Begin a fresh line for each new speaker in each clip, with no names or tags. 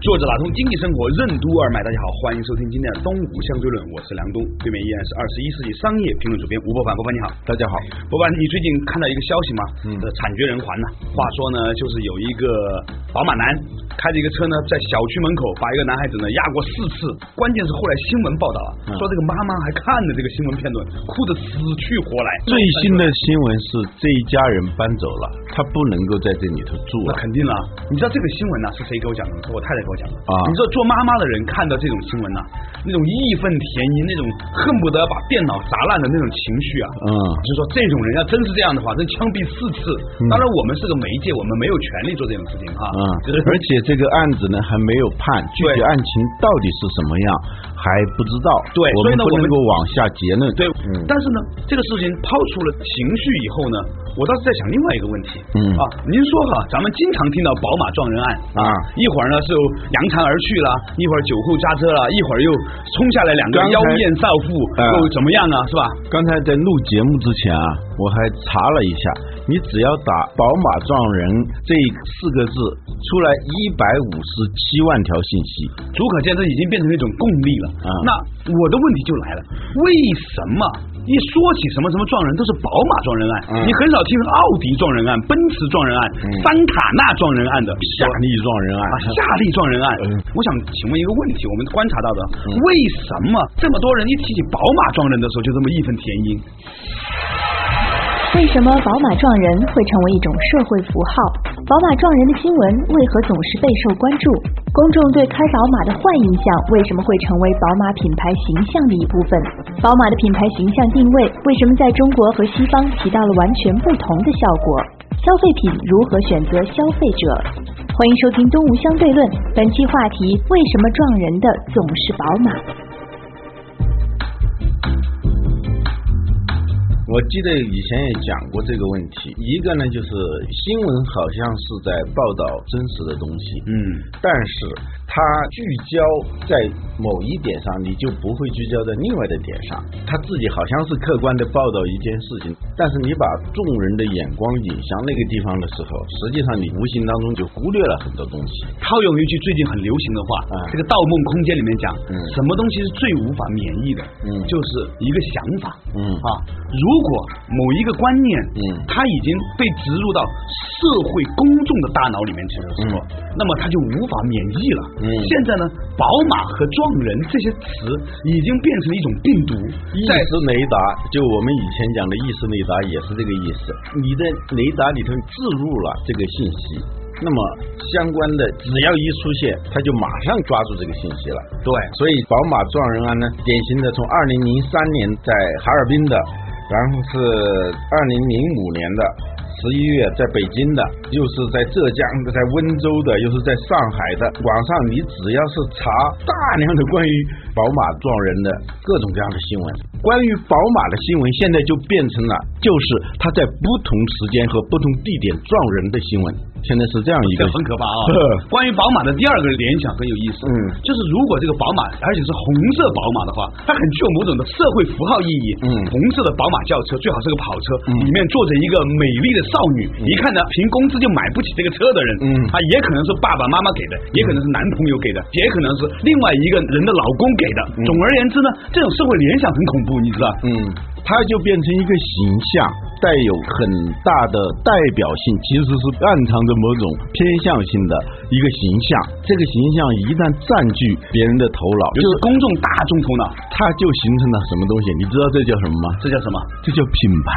作者打通经济生活任督二脉，大家好，欢迎收听今天的《东吴相对论》，我是梁东，对面依然是二十一世纪商业评论主编吴伯凡，伯凡你好，大家好，伯凡，你最近看到一个消息吗？嗯，惨绝人寰呐、话说呢，就是有一个宝马男开着一个车呢，在小区门口把一个男孩子呢压过四次，关键是后来新闻报道啊，说这个妈妈还看着这个新闻片段，哭得死去活来。
最新的新闻是这一家人搬走了，他不能够在这里头住
那
了。
肯定了，你知道这个新闻呢、是谁给我讲的吗？是我太太给我讲的。
啊
你知道做妈妈的人看到这种新闻呢、那种义愤填膺，那种恨不得把电脑砸烂的那种情绪啊，
嗯
就说这种人要真是这样的话，真枪毙四次。当然，我们是个媒介，我们没有权利做这种事情哈、
嗯
就是，
而且这个案子呢还没有判，具体
对
案情到底是什么样还不知道。
对
我
所以
们
呢
不
我
能
们
够往下结论。
对，
嗯，
但是呢，这个事情抛出了情绪以后呢，我倒是在想另外一个问题。
嗯
啊，您说哈，咱们经常听到宝马撞人案
啊
一会儿呢是扬长而去了，一会儿酒后刹车了，一会儿又冲下来两个
刚才
妖艳少妇，
哎
又怎么样啊，是吧？
刚才在录节目之前啊，我还查了一下，你只要打“宝马撞人”这四个字，出来一百五十七万条信息。
足可见，这已经变成一种共利了。
啊
那我的问题就来了，为什么一说起什么什么撞人都是宝马撞人案，
嗯
你很少听奥迪撞人案、奔驰撞人案、桑塔纳撞人案的？
夏利撞人案
啊，夏利撞人案，我想请问一个问题，我们观察到的，为什么这么多人一提起宝马撞人的时候就这么义愤填膺？
为什么宝马撞人会成为一种社会符号？宝马撞人的新闻为何总是备受关注？公众对开宝马的坏印象为什么会成为宝马品牌形象的一部分？宝马的品牌形象定位为什么在中国和西方起到了完全不同的效果？消费品如何选择消费者？欢迎收听《东吴相对论》，本期话题：为什么撞人的总是宝马？
我记得以前也讲过这个问题，一个呢就是新闻好像是在报道真实的东西，
嗯，
但是它聚焦在某一点上，你就不会聚焦在另外的点上。他自己好像是客观的报道一件事情，但是你把众人的眼光引向那个地方的时候，实际上你无形当中就忽略了很多东西。
套用一句最近很流行的话，
啊
这个《盗梦空间》里面讲，
嗯
什么东西是最无法免疫的？
嗯
就是一个想法。
嗯
啊，如果某一个观念，
嗯
它已经被植入到社会公众的大脑里面去了时候，那么它就无法免疫了。
嗯
现在呢，宝马和撞人这些词已经变成一种病毒，
意
在
识雷达，就我们以前讲的意识雷达也是这个意思。你的雷达里头置入了这个信息，那么相关的只要一出现，它就马上抓住这个信息了。
对。
所以宝马撞人案呢，典型的从二零零三年在哈尔滨的，然后是二零零五年的十一月在北京的，又是在浙江的，在温州的，又是在上海的。网上你只要是查大量的关于宝马撞人的各种各样的新闻，关于宝马的新闻现在就变成了就是它在不同时间和不同地点撞人的新闻，现在是这样一
这
个！
很可怕啊 关于宝马的第二个联想很有意思，
嗯
就是如果这个宝马，而且是红色宝马的话，它很具有某种的社会符号意义。
嗯
红色的宝马轿车最好是个跑车，里面坐着一个美丽的少女，一看呢，凭工资就买不起这个车的人，
嗯
啊，也可能是爸爸妈妈给的，也可能是男朋友给的，也可能是另外一个人的老公给的。总而言之呢，这种社会联想很恐怖，你知道？
嗯，它就变成一个形象，带有很大的代表性，其实是暗藏着某种偏向性的一个形象。这个形象一旦占据别人的头脑，
就
就是
公众大众头脑，
它就形成了什么东西？你知道这叫什么吗？
这叫什么？
这叫品牌。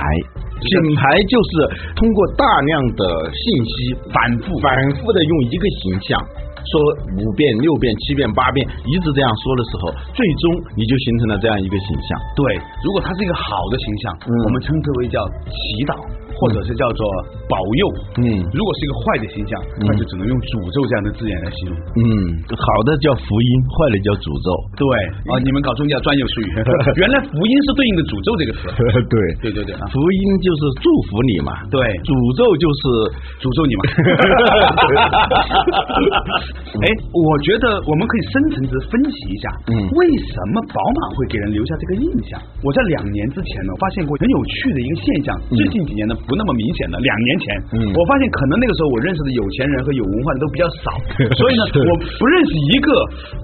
品牌就是通过大量的信息反复、反复的用一个形象说五遍、六遍、七遍、八遍，一直这样说的时候，最终你就形成了这样一个形象。
对，如果它是一个好的形象，
嗯
我们称之为叫祈祷。或者是叫做保佑。
嗯
如果是一个坏的形象，那就只能用诅咒这样的字眼来形容。
嗯，好的叫福音，坏的叫诅咒。
对啊，你们搞宗教专有术语， 原来福音是对应的诅咒这个 词。
对，
对对对啊，
福音就是祝福你嘛，
对，
诅咒就是
诅咒你嘛。 哎，我觉得我们可以深层次分析一下，
嗯
为什么宝马会给人留下这个印象？我在两年之前呢，发现过很有趣的一个现象，最近几年呢不那么明显了。两年前，
嗯
我发现可能那个时候我认识的有钱人和有文化的都比较 少，所以呢，我不认识一个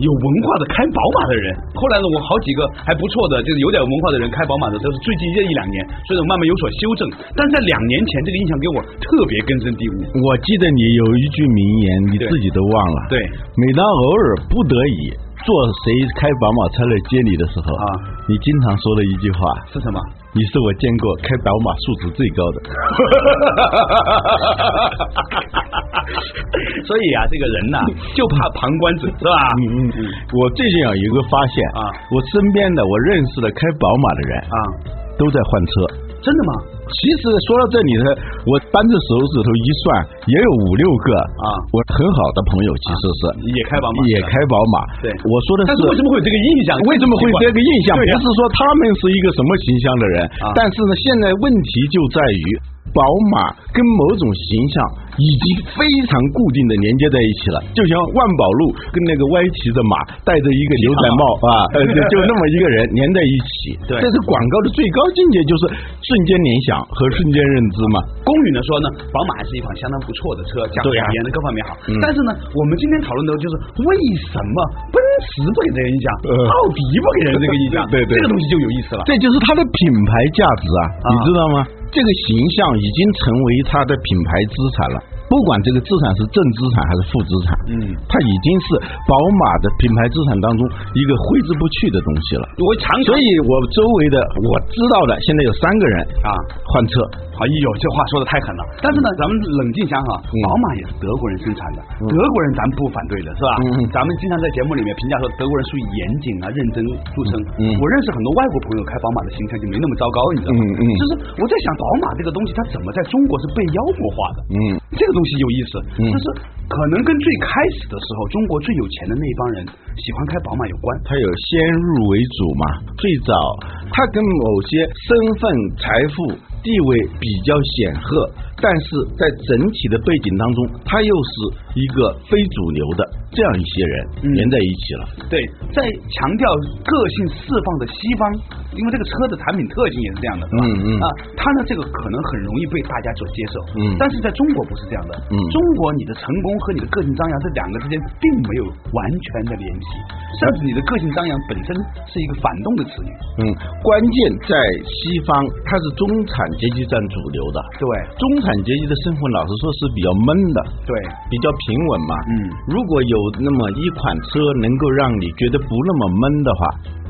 有文化的开宝马的人。后来呢，我好几个还不错的，就是有点文化的人开宝马的，都是最近这一两年，所以呢，我慢慢有所修正。但在两年前，这个印象给我特别根深蒂固。
我记得你有一句名言，你
对
自己都忘了。
对，
每当偶尔不得已坐谁开宝马车来接你的时候，
啊
你经常说的一句话，
是什么？
你是我见过开宝马素质最高的。
所以啊，这个人呐、就怕旁观者，是吧？
嗯嗯嗯，我最近有一个发现
啊
我身边的我认识的开宝马的人
啊，
都在换车。
真的吗？
其实说到这里呢，我扳着手指头一算，也有五六个
啊
我很好的朋友其实是、
也开宝马，
也开。宝马。
对
我说的
但是为什么会有这个印象？
为什么会这个印象？
对
不
呀
是说他们是一个什么形象的人
啊，
但是呢，现在问题就在于宝马跟某种形象已经非常固定的连接在一起了，就像万宝路跟那个歪骑着马，戴着一个牛仔帽啊，呃，就就那么一个人连在一起。
对
这是广告的最高境界，就是瞬间联想和瞬间认知嘛。
公允的说呢，宝马还是一款相当不错的车，驾驶
对呀
体验的各方面好。
嗯
但是呢，我们今天讨论的就是为什么奔驰不给人印象，
呃
奥迪不给人这个印象，
对对对
这个东西就有意思了。
这就是它的品牌价值啊，
啊
你知道吗？这个形象已经成为它的品牌资产了，不管这个资产是正资产还是负资产，
嗯
它已经是宝马的品牌资产当中一个挥之不去的东西了。
我常
所以，我周围的我知道的，现在有三个人
啊
换车，
哎呦，这话说的太狠了。但是呢，咱们冷静想想，
嗯
宝马也是德国人生产的，德国人咱不反对的是吧？
嗯嗯
咱们经常在节目里面评价说德国人属于严谨啊、认真著称。
嗯
我认识很多外国朋友开宝马的形象就没那么糟糕，你知道吗？
嗯嗯
就是我在想，宝马这个东西它怎么在中国是被妖魔化的？
嗯，
这个东西有意思，
嗯
就是可能跟最开始的时候中国最有钱的那一帮人喜欢开宝马有关。
它有先入为主嘛。最早，它跟某些身份、财富、地位比较显赫，但是在整体的背景当中，它又是一个非主流的这样一些人
嗯
连在一起了。
对，在强调个性释放的西方，因为这个车的产品特性也是这样的，是吧
嗯嗯
啊，它呢这个可能很容易被大家所接受，
嗯
但是在中国不是这样的，
嗯
中国你的成功和你的个性张扬这两个之间并没有完全的联系，甚至你的个性张扬本身是一个反动的词语，
嗯，关键在西方，它是中产阶级占主流的。
对
中产阶级的生活，老实说是比较闷的，
对，
比较平稳嘛。
嗯
如果有那么一款车能够让你觉得不那么闷的话，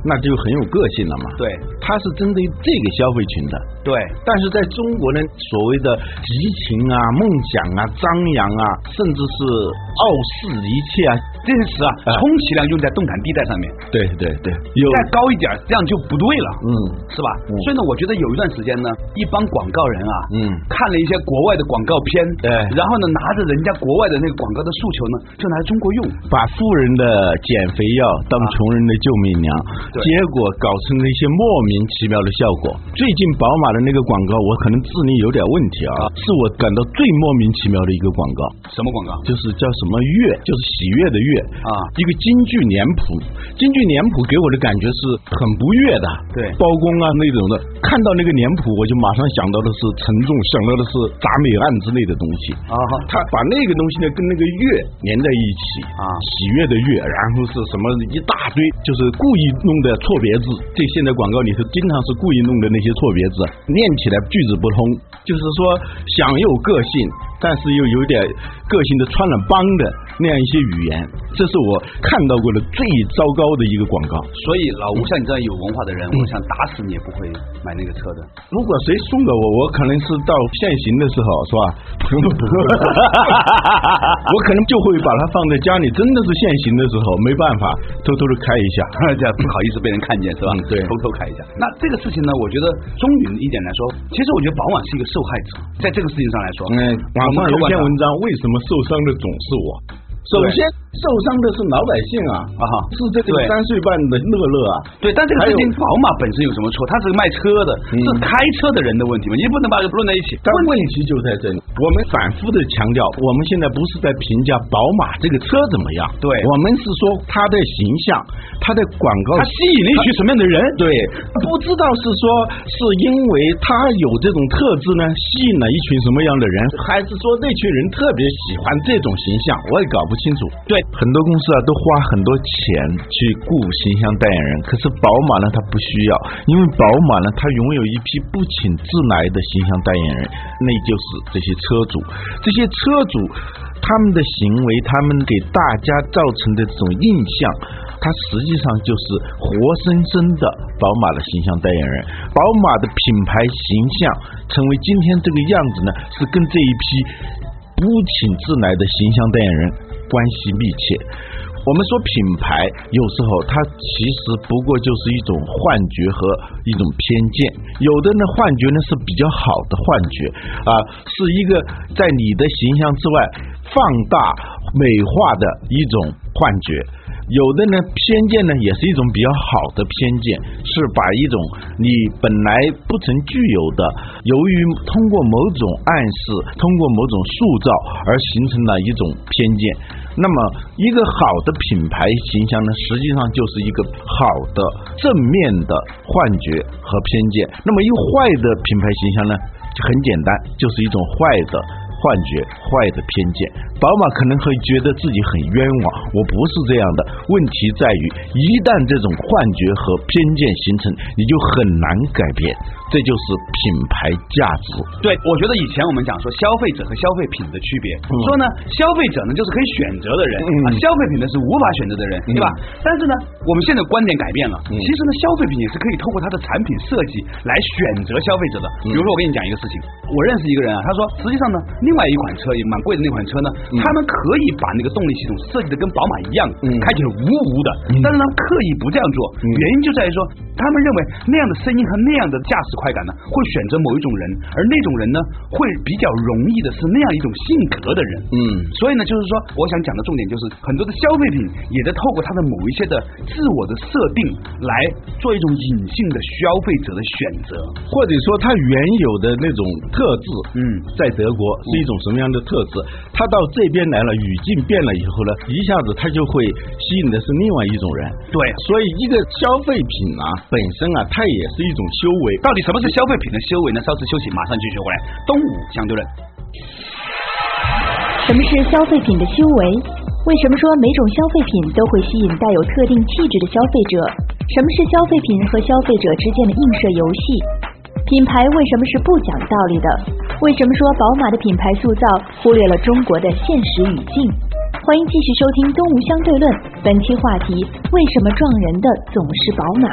那就很有个性了嘛。
对
它是针对这个消费群的。
对，
但是在中国呢，所谓的激情啊、梦想啊、张扬啊，甚至是傲视一切啊，
这些词啊，
啊
充其量用在动感地带上面，
对对对，有
再高一点儿这样就不对了，
嗯
是吧？
嗯
所以呢，我觉得有一段时间呢，一帮广告人啊，
嗯
看了一些国外的广告片，
哎
然后呢，拿着人家国外的那个广告的诉求呢，就拿来中国用，
把富人的减肥药当穷人的救命粮，
对
结果搞成了一些莫名其妙的效果。最近宝马的那个广告，我可能智力有点问题啊，是我感到最莫名其妙的一个广告，
什么广告？
就是叫什么悦，就是喜悦的悦
啊
一个京剧脸谱。京剧脸谱给我的感觉是很不悦的，
对
包公啊那种的，看到那个脸谱我就马上想到的是沉重，想到的是铡美案之类的东西
啊哈
他把那个东西呢跟那个乐连在一起
啊
喜悦的悦，然后是什么一大堆，就是故意弄的错别字。这现在广告里头经常是故意弄的那些错别字，念起来句子不通，就是说想有个性，但是又有点个性的穿了帮的那样一些语言，这是我看到过的最糟糕的一个广告。
所以老吴像你这样有文化的人，我想打死你也不会买那个车的。
如果谁送给我，我可能是到现行的时候，是 吧？我可能就会把它放在家里，真的是现行的时候没办法，偷偷的开一下。
这样不好意思被人看见是吧？
嗯对
偷偷开一下。那这个事情呢，我觉得忠于一点来说，其实我觉得保晚是一个受害者，在这个事情上来说，
嗯，网上有一篇文章，为什么受伤的总是我？首
对
先，受伤的是老百姓啊，
啊哈
是这个
对
三岁半的乐乐啊。
对，但这个事
还
情
有
宝马本身有什么错？他是卖车的，
嗯
是开车的人的问题嘛？你不能把它论在一起。
但问题就在这里，我们反复的强调，我们现在不是在评价宝马这个车怎么样，
对
我们是说它的形象，它的广告
它吸引了一群什么样的人？
对，不知道是说是因为他有这种特质呢，吸引了一群什么样的人，还是说那群人特别喜欢这种形象，我也搞不清楚。
对，
很多公司啊都花很多钱去雇形象代言人，可是宝马呢它不需要，因为宝马呢它拥有一批不请自来的形象代言人，那就是这些车主，这些车主。他们的行为，他们给大家造成的这种印象，它实际上就是活生生的宝马的形象代言人。宝马的品牌形象成为今天这个样子呢，是跟这一批不请自来的形象代言人关系密切。我们说品牌，有时候它其实不过就是一种幻觉和一种偏见。有的呢，幻觉呢是比较好的幻觉啊，是一个在你的形象之外放大美化的一种幻觉。有的呢，偏见呢也是一种比较好的偏见，是把一种嗯你本来不曾具有的，由于通过某种暗示、通过某种塑造而形成了一种偏见。那么，一个好的品牌形象呢，实际上就是一个好的正面的幻觉和偏见。那么，一个坏的品牌形象呢，就很简单，就是一种坏的幻觉、坏的偏见。宝马可能会觉得自己很冤枉，我不是这样的。问题在于，一旦这种幻觉和偏见形成，你就很难改变。这就是品牌价值。
对，我觉得以前我们讲说消费者和消费品的区别，说呢，消费者呢就是可以选择的人，
嗯
啊，消费品呢是无法选择的人，对吧？但是呢，我们现在观点改变了，其实呢，消费品也是可以透过它的产品设计来选择消费者的。比如说，我跟你讲一个事情，我认识一个人啊，他说，实际上呢，另外一款车也蛮贵的那款车呢，他们可以把那个动力系统设计的跟宝马一样，开起来呜呜的，但是呢，刻意不这样做，原因就在于说，他们认为那样的声音和那样的驾驶快感呢，会选择某一种人，而那种人呢，会比较容易的是那样一种性格的人。
嗯
所以呢，就是说，我想讲的重点就是，很多的消费品也在透过它的某一些的自我的设定，来做一种隐性的消费者的选择。
或者说它原有的那种特质，
嗯
在德国是一种什么样的特质？它到这边来了，语境变了以后呢，一下子它就会吸引的是另外一种人。
对，
所以一个消费品啊，本身啊，它也是一种修为。
到底什么是消费品的修为呢？稍事休息，马上继续回来。东吴相对论。
什么是消费品的修为？为什么说每种消费品都会吸引带有特定气质的消费者？什么是消费品和消费者之间的映射游戏？品牌为什么是不讲道理的？为什么说宝马的品牌塑造忽略了中国的现实语境？欢迎继续收听《东吴相对论》，本期话题：为什么撞人的总是宝马？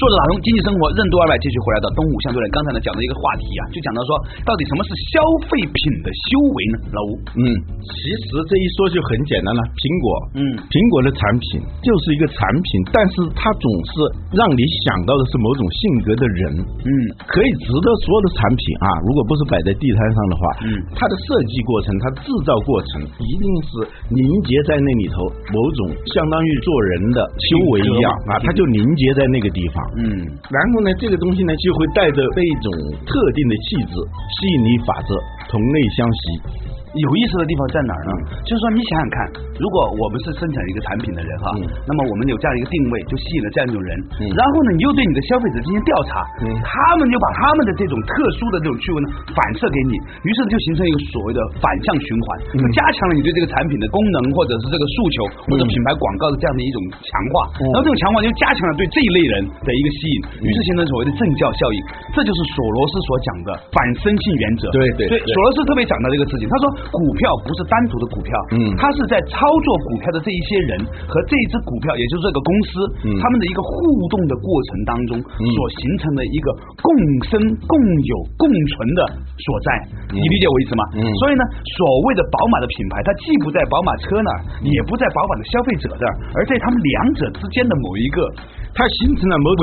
作者打通经济生活任督二脉，继续回来到东吴相对论。刚才呢讲到一个话题啊，就讲到说到底什么是消费品的修为呢？老吴，
嗯，其实这一说就很简单了。苹果，
嗯
苹果的产品就是一个产品，但是它总是让你想到的是某种性格的人。
嗯，
可以值得所有的产品啊，如果不是摆在地摊上的话，
嗯
它的设计过程、它制造过程一定是凝结在那里头某种相当于做人的修为一样啊，它就凝结在那个地方。
嗯，
然后呢，这个东西呢就会带着被一种特定的气质吸引力法则，同类相吸。
有意思的地方在哪儿呢？
嗯
就是说，你想想看，如果我们是生产一个产品的人哈，
嗯
那么我们有这样一个定位，就吸引了这样一种人。
嗯
然后呢，你又对你的消费者进行调查，
嗯
他们就把他们的这种特殊的这种趣味呢反射给你，于是就形成一个所谓的反向循环，
嗯
就加强了你对这个产品的功能或者是这个诉求或者品牌广告的这样的一种强化。
嗯
然后这种强化就加强了对这一类人的一个吸引，于是形成所谓的正教效应。这就是索罗斯所讲的反身性原则。
对对
所以
对
索罗斯特别讲到这个事情，他说股票不是单独的股票，
嗯
他是在操作股票的这一些人和这一只股票，也就是这个公司，
嗯
他们的一个互动的过程当中所形成的一个共生、共有、共存的所在。你理解我意思吗？
嗯
所以呢，所谓的宝马的品牌，它既不在宝马车那儿，
嗯
也不在宝马的消费者这儿，而在他们两者之间的某一个
它形成了某种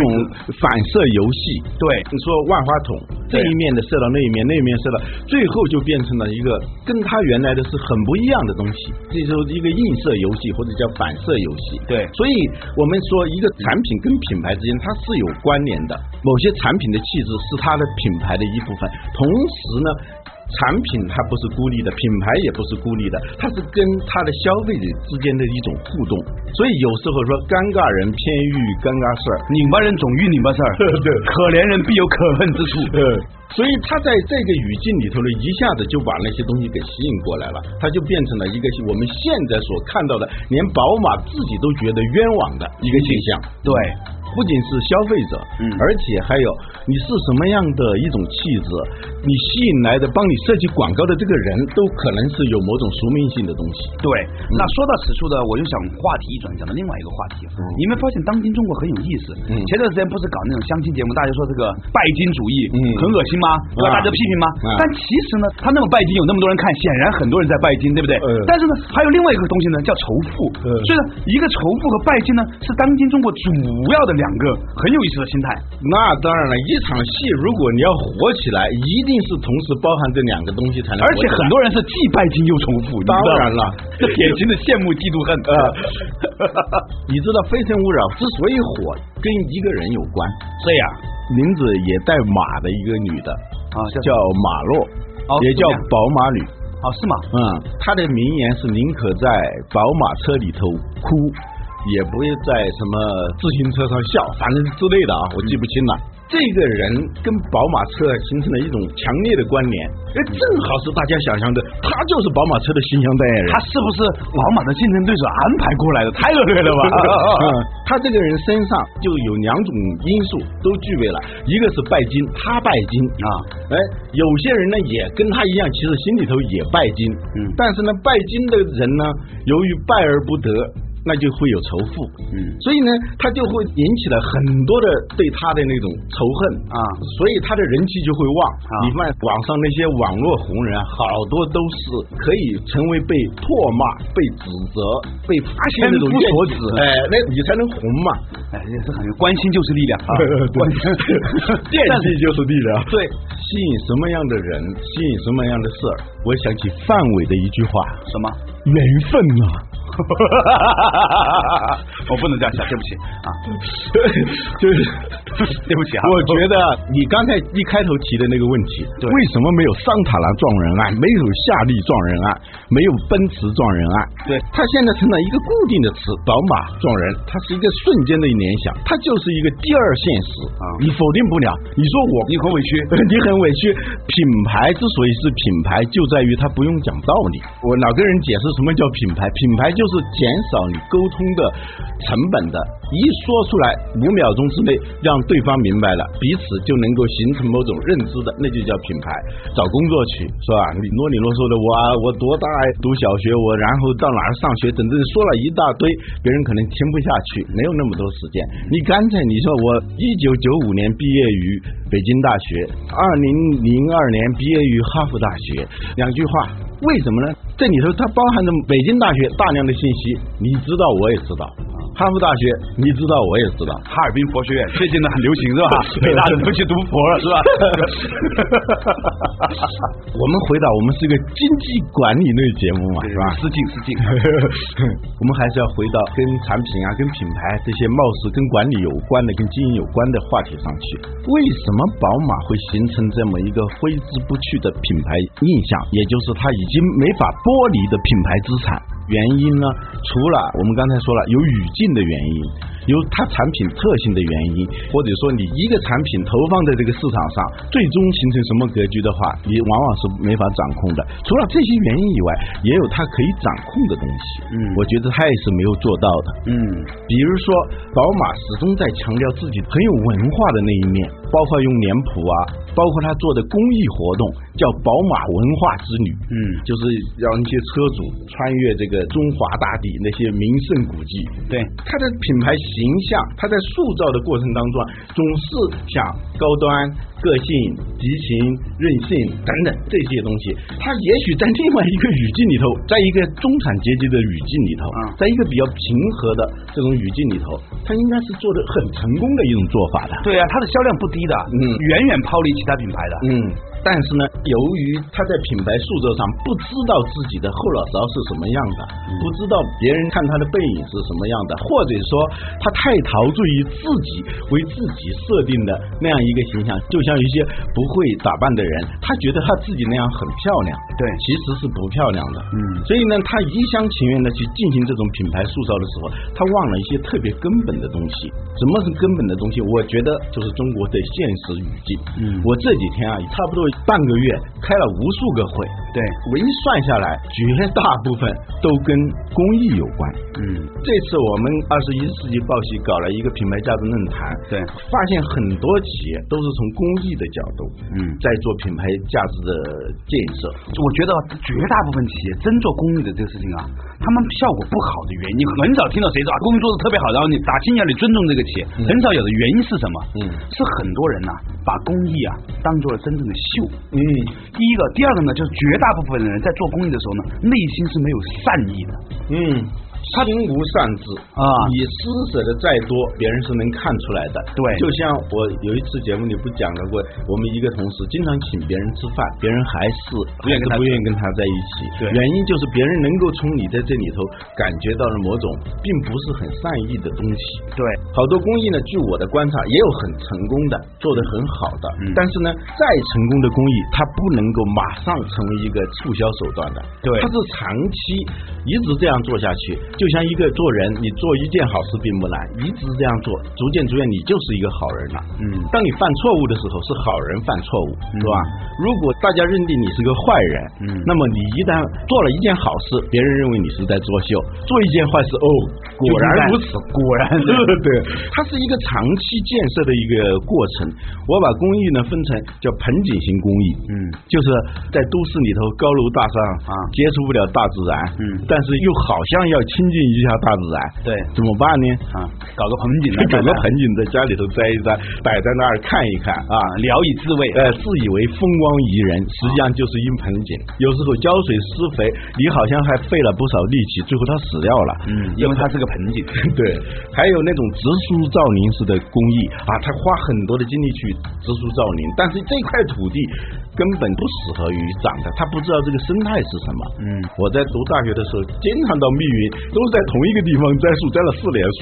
反射游戏。
对。
你说万花筒这
对
一面的射到那一面，那一面射到，最后就变成了一个跟它原来的是很不一样的东西。这就是一个映射游戏或者叫反射游戏。
对
所以我们说一个产品跟品牌之间它是有关联的，某些产品的气质是它的品牌的一部分，同时呢。产品它不是孤立的，品牌也不是孤立的，它是跟它的消费者之间的一种互动。所以有时候说尴尬人偏遇尴尬事儿，
拧巴人总遇拧巴 事儿，
对
可怜人必有可恨之处。
呃，所以他在这个语境里头呢，一下子就把那些东西给吸引过来了，他就变成了一个我们现在所看到的，连宝马自己都觉得冤枉的一个现象。
对，
不仅是消费者，
嗯
而且还有你是什么样的一种气质，你吸引来的帮你设计广告的这个人都可能是有某种宿命性的东西。
对，那说到此处呢，我又想话题一转，讲到另外一个话题。啊你们发现当今中国很有意思。
嗯
前段时间不是搞那种相亲节目，大家说这个拜金主义，
嗯
很恶心吗？
啊
让大家批评吗？
啊
但其实呢，他那么拜金，有那么多人看，显然很多人在拜金，对不对？
呃
但是呢，还有另外一个东西呢，叫仇富。
呃
所以呢，一个仇富和拜金呢，是当今中国主要的两个很有意思的心态。
那当然了，一场戏如果你要火起来，一定是同时包含这两个东西才能火起来，
而且很多人是既拜金又仇富，你知道吗
当然 了
这典型的羡慕、嫉妒、恨。
呃，你知道《非诚勿扰》之所以火，跟一个人有关。
这样
名字也带马的一个女的，
啊，叫
叫马洛，
哦
也
是这
叫
样
宝马女。
啊是吗？
嗯，她的名言是宁可在宝马车里头哭，也不会在什么自行车上笑，反正之类的啊，我记不清了。这个人跟宝马车形成了一种强烈的关联，哎，正好是大家想象的，他就是宝马车的形象代言人
他。是不是宝马的竞争对手安排过来的？太恶劣 了吧！
嗯，他这个人身上就有两种因素都具备了，一个是拜金，他拜金
啊，
哎，有些人呢也跟他一样，其实心里头也拜金，
嗯
但是呢，拜金的人呢，由于拜而不得。那就会有仇富，
嗯
所以呢，他就会引起了很多的对他的那种仇恨
啊
所以他的人气就会旺。
啊
你看网上那些网络红人啊，好多都是可以成为被唾骂、被指责、被发泄那
千
种
夫
怨
所
气
指
哎，那你才能红嘛。
哎，也是很有关心就是力量啊
对，
关心
惦记就是啊力量。
对，
吸引什么样的人，吸引什么样的事儿。我想起范伟的一句话：
什么？
缘分 啊。
我不能这样想，对不起啊，
就是，
对不起啊，
我觉得你刚才一开头提的那个问题，
对
为什么没有桑塔纳撞人案，没有夏利撞人案，没有奔驰撞人案？
对
它现在成了一个固定的词，宝马撞人，它是一个瞬间的联想，它就是一个第二现实
啊
你否定不了。你说我
你很委屈
你很委屈。品牌之所以是品牌，就在于它不用讲道理。我老跟人解释什么叫品牌，品牌就是减少你沟通的成本的。一说出来，五秒钟之内让对方明白了，彼此就能够形成某种认知的，那就叫品牌。找工作去是吧？你啰里啰嗦的，我啊我多大呀读小学，我然后到哪儿上学，等等说了一大堆，别人可能听不下去，没有那么多时间。你干脆你说我一九九五年毕业于北京大学，二零零二年毕业于哈佛大学，两句话，为什么呢？这里头它包含着北京大学大量的信息，你知道我也知道。哈佛大学，你知道，我也知道。
哈尔滨佛学院最近呢很流行是吧？ 北大的都去读佛了是吧？
我们回到我们是一个经济管理类节目嘛，是吧？
失敬失敬。
啊
啊
我们还是要回到跟产品啊、跟品牌这些貌似跟管理有关的、跟经营有关的话题上去。为什么宝马会形成这么一个挥之不去的品牌印象？也就是它已经没法剥离的品牌资产。原因呢，除了我们刚才说了有语境的原因，有它产品特性的原因，或者说你一个产品投放在这个市场上，最终形成什么格局的话，你往往是没法掌控的。除了这些原因以外，也有它可以掌控的东西。
嗯
我觉得它也是没有做到的。
嗯，
比如说，宝马始终在强调自己很有文化的那一面，包括用脸谱啊，包括他做的公益活动，叫宝马文化之旅。
嗯
就是让一些车主穿越这个中华大地那些名胜古迹。
对，
它的品牌形象，它在塑造的过程当中啊，总是想高端、个性、激情、任性等等这些东西。它也许在另外一个语境里头，在一个中产阶级的语境里头，
嗯
在一个比较平和的这种语境里头，它应该是做的很成功的一种做法的。
对啊，它的销量不低的，
嗯
远远抛离其他品牌的。
嗯，但是呢，由于他在品牌塑造上不知道自己的后脑勺是什么样的，
嗯
不知道别人看他的背影是什么样的，或者说他太陶醉于自己为自己设定的那样一个形象，就像有一些不会打扮的人，他觉得他自己那样很漂亮，
对
其实是不漂亮的。
嗯
所以呢，他一厢情愿的去进行这种品牌塑造的时候，他忘了一些特别根本的东西。什么是根本的东西？我觉得就是中国的现实语境。
嗯
我这几天啊，差不多半个月开了无数个会，
对，
我一算下来，绝大部分都跟公益有关。
嗯，
这次我们二十一世纪报系搞了一个品牌价值论坛，
对
发现很多企业都是从公益的角度，
嗯
在做品牌价值的建设。
我觉得绝大部分企业真做公益的这个事情啊，他们效果不好的原因，很少听到谁说啊公益做的特别好，然后你打心眼里尊重这个企业，很少有的原因是什么？
嗯
是很多人呐、把公益啊当做了真正的秀。
嗯，
第一个，第二个呢，就是绝大部分的人在做公益的时候呢，内心是没有善意的。
嗯，心无善至
啊
你施舍的再多，别人是能看出来的。
对
就像我有一次节目里不讲到过，我们一个同事经常请别人吃饭，别人还是
不愿意跟他
还是不愿意跟他在一起。
对
原因就是别人能够从你在这里头感觉到了某种并不是很善意的东西。
对，
好多公益呢，据我的观察，也有很成功的，做得很好的。
嗯
但是呢，再成功的公益，它不能够马上成为一个促销手段的。
对
它是长期一直这样做下去，就像一个做人，你做一件好事并不难，一直这样做，逐渐逐渐，你就是一个好人了。
嗯
当你犯错误的时候，是好人犯错误，是吧？如果大家认定你是个坏人，
嗯
那么你一旦做了一件好事，别人认为你是在作秀；做一件坏事，哦，果然如此，
果然
对，它是一个长期建设的一个过程。我把公益呢分成叫盆景型公益，
嗯
就是在都市里头高楼大厦
啊
接触不了大自然，
嗯
但是又好像要亲近一下大自然，
对
怎么办呢？
啊，搞个 盆景来
搞
看
个
看
盆景在家里头栽一栽，摆在那儿看一看啊，
聊以自慰。
呃，自以为风光宜人，实际上就是一盆景。有时候浇水施肥，你好像还费了不少力气，最后它死掉了。
嗯，因为它是个盆景。
对，还有那种植树造林式的公益啊，他花很多的精力去植树造林，但是这块土地根本不适合于长的，他不知道这个生态是什么。
嗯
我在读大学的时候，经常到密云，都是在同一个地方栽树，栽了四年树，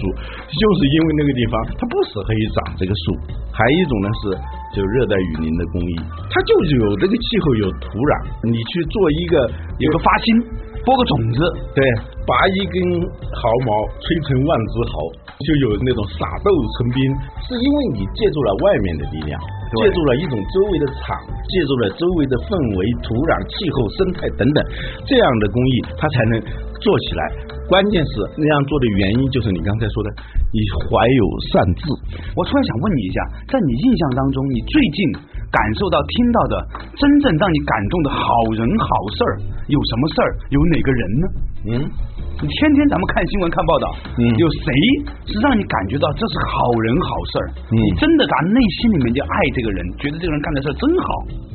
就是因为那个地方它不适合于长这个树。还有一种呢是就热带雨林的公益，它就是有这个气候有土壤，你去做一个有
有个
个
发心，播个种子。
对，拔一根毫毛，吹成万枝毫，就有那种撒豆成兵。是因为你借助了外面的力量，借
对
助了一种周围的场，借助了周围的氛围、土壤、气候、生态等等，这样的公益它才能做起来。关键是那样做的原因就是你刚才说的，你怀有善志。
我突然想问你一下，在你印象当中，你最近感受到、听到的真正让你感动的好人好事儿有什么事儿？有哪个人呢？
嗯，
你天天咱们看新闻看报道，
嗯
有谁是让你感觉到这是好人好事儿？
嗯
你真的打内心里面就爱这个人，觉得这个人干的事儿真好，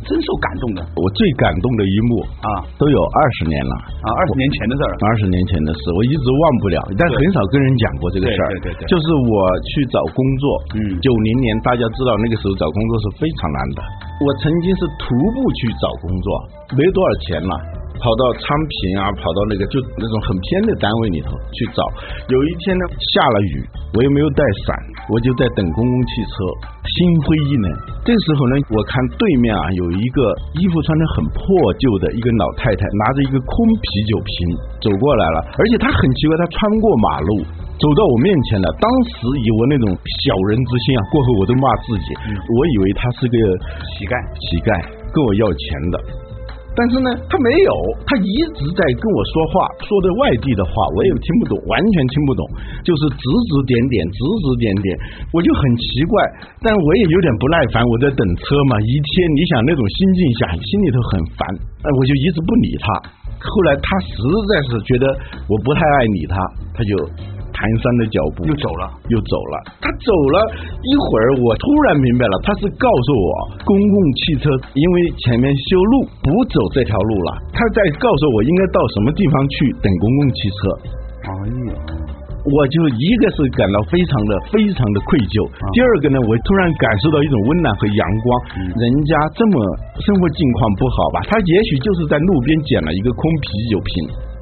真受感动的
我最感动的一幕
啊
都有二十年了，
啊！二十年前的事儿了，
二十年前的事，我一直忘不了，但很少跟人讲过这个事儿。
对对对对
就是我去找工作，
嗯
九零年大家知道那个时候找工作是非常难的。我曾经是徒步去找工作，没多少钱了。跑到昌平啊，跑到那个就那种很偏的单位里头去找。有一天呢，下了雨，我又没有带伞，我就在等公共汽车，心灰意冷。这时候呢，我看对面啊有一个衣服穿的很破旧的一个老太太，拿着一个空啤酒瓶走过来了，而且她很奇怪，她穿过马路。走到我面前了，当时以我那种小人之心啊，过后我都骂自己，我以为他是个
嗯乞丐
乞丐跟我要钱的，但是呢，他没有，他一直在跟我说话，说的外地的话，我也听不懂，完全听不懂，就是指指点点，指指点点，我就很奇怪，但我也有点不耐烦，我在等车嘛，一天你想那种心境下，心里头很烦，哎，我就一直不理他，后来他实在是觉得我不太爱理他，他就。蹒跚的脚步
又走了，
又走了。他走了一会儿，我突然明白了，他是告诉我，公共汽车因为前面修路不走这条路了，他在告诉我应该到什么地方去等公共汽车。
哎呀，
我就一个是感到非常的非常的愧疚，第二个呢，我突然感受到一种温暖和阳光。人家这么生活境况不好吧，他也许就是在路边捡了一个空啤酒瓶，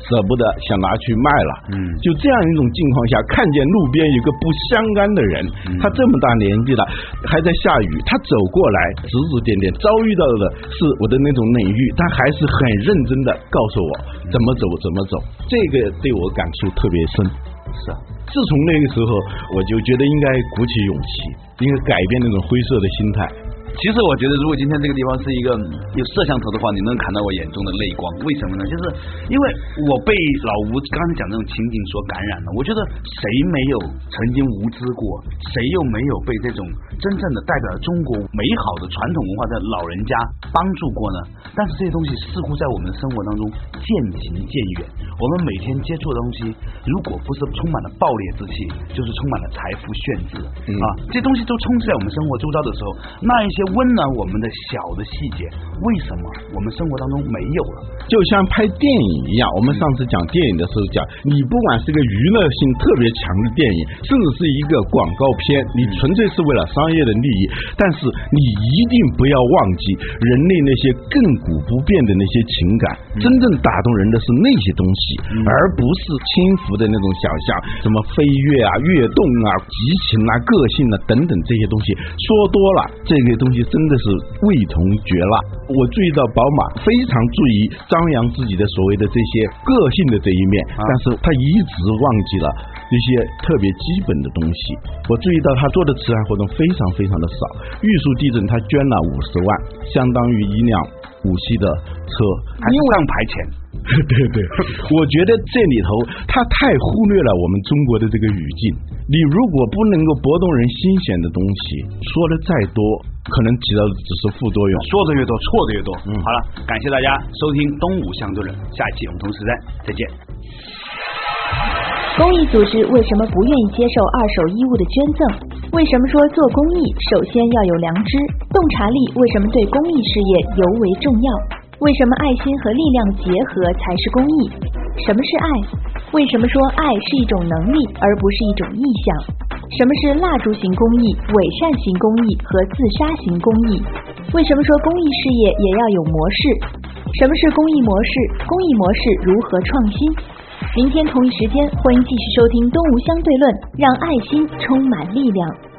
舍不得想拿去卖了。
嗯
就这样一种境况下，看见路边有个不相干的人，
嗯
他这么大年纪了，还在下雨，他走过来指指点点，遭遇到的是我的那种冷遇，他还是很认真的告诉我
嗯
怎么走怎么走，这个对我感触特别深。
是啊，
自从那个时候，我就觉得应该鼓起勇气，应该改变那种灰色的心态。
其实我觉得，如果今天这个地方是一个嗯有摄像头的话，你能看到我眼中的泪光。为什么呢？就是因为我被老吴刚才讲的那种情景所感染了。我觉得谁没有曾经无知过？谁又没有被这种真正的代表了中国美好的传统文化的老人家帮助过呢？但是这些东西似乎在我们的生活当中渐行渐远。我们每天接触的东西，如果不是充满了暴烈之气，就是充满了财富炫掷、啊！这东西都充斥在我们生活周遭的时候，那一些温暖我们的小的细节，为什么我们生活当中没有了？
就像拍电影一样，我们上次讲电影的时候讲，你不管是个娱乐性特别强的电影，甚至是一个广告片，你纯粹是为了商业的利益，但是你一定不要忘记人类那些亘古不变的那些情感，真正打动人的是那些东西，而不是轻浮的那种想象，什么飞跃啊、跃动啊、激情啊、个性啊等等这些东西，说多了这个东西真的是味同嚼蜡。我注意到宝马非常注意张扬自己的所谓的这些个性的这一面，但是他一直忘记了一些特别基本的东西。我注意到他做的慈善活动非常非常的少，玉树地震他捐了五十万，相当于一辆五系的车。
还是上牌钱，
对对，我觉得这里头他太忽略了我们中国的这个语境。你如果不能够搏动人心弦的东西，说的再多，可能起到的只是副作用。
说的越多，错的越多。好了，感谢大家收听《东吴相对论》，下一期我们同时再再见。
公益组织为什么不愿意接受二手衣物的捐赠？为什么说做公益首先要有良知？洞察力为什么对公益事业尤为重要？为什么爱心和力量结合才是公益？什么是爱？为什么说爱是一种能力而不是一种意向？什么是蜡烛型公益、伪善型公益和自杀型公益？为什么说公益事业也要有模式？什么是公益模式？公益模式如何创新？明天同一时间，欢迎继续收听《东吴相对论》，让爱心充满力量。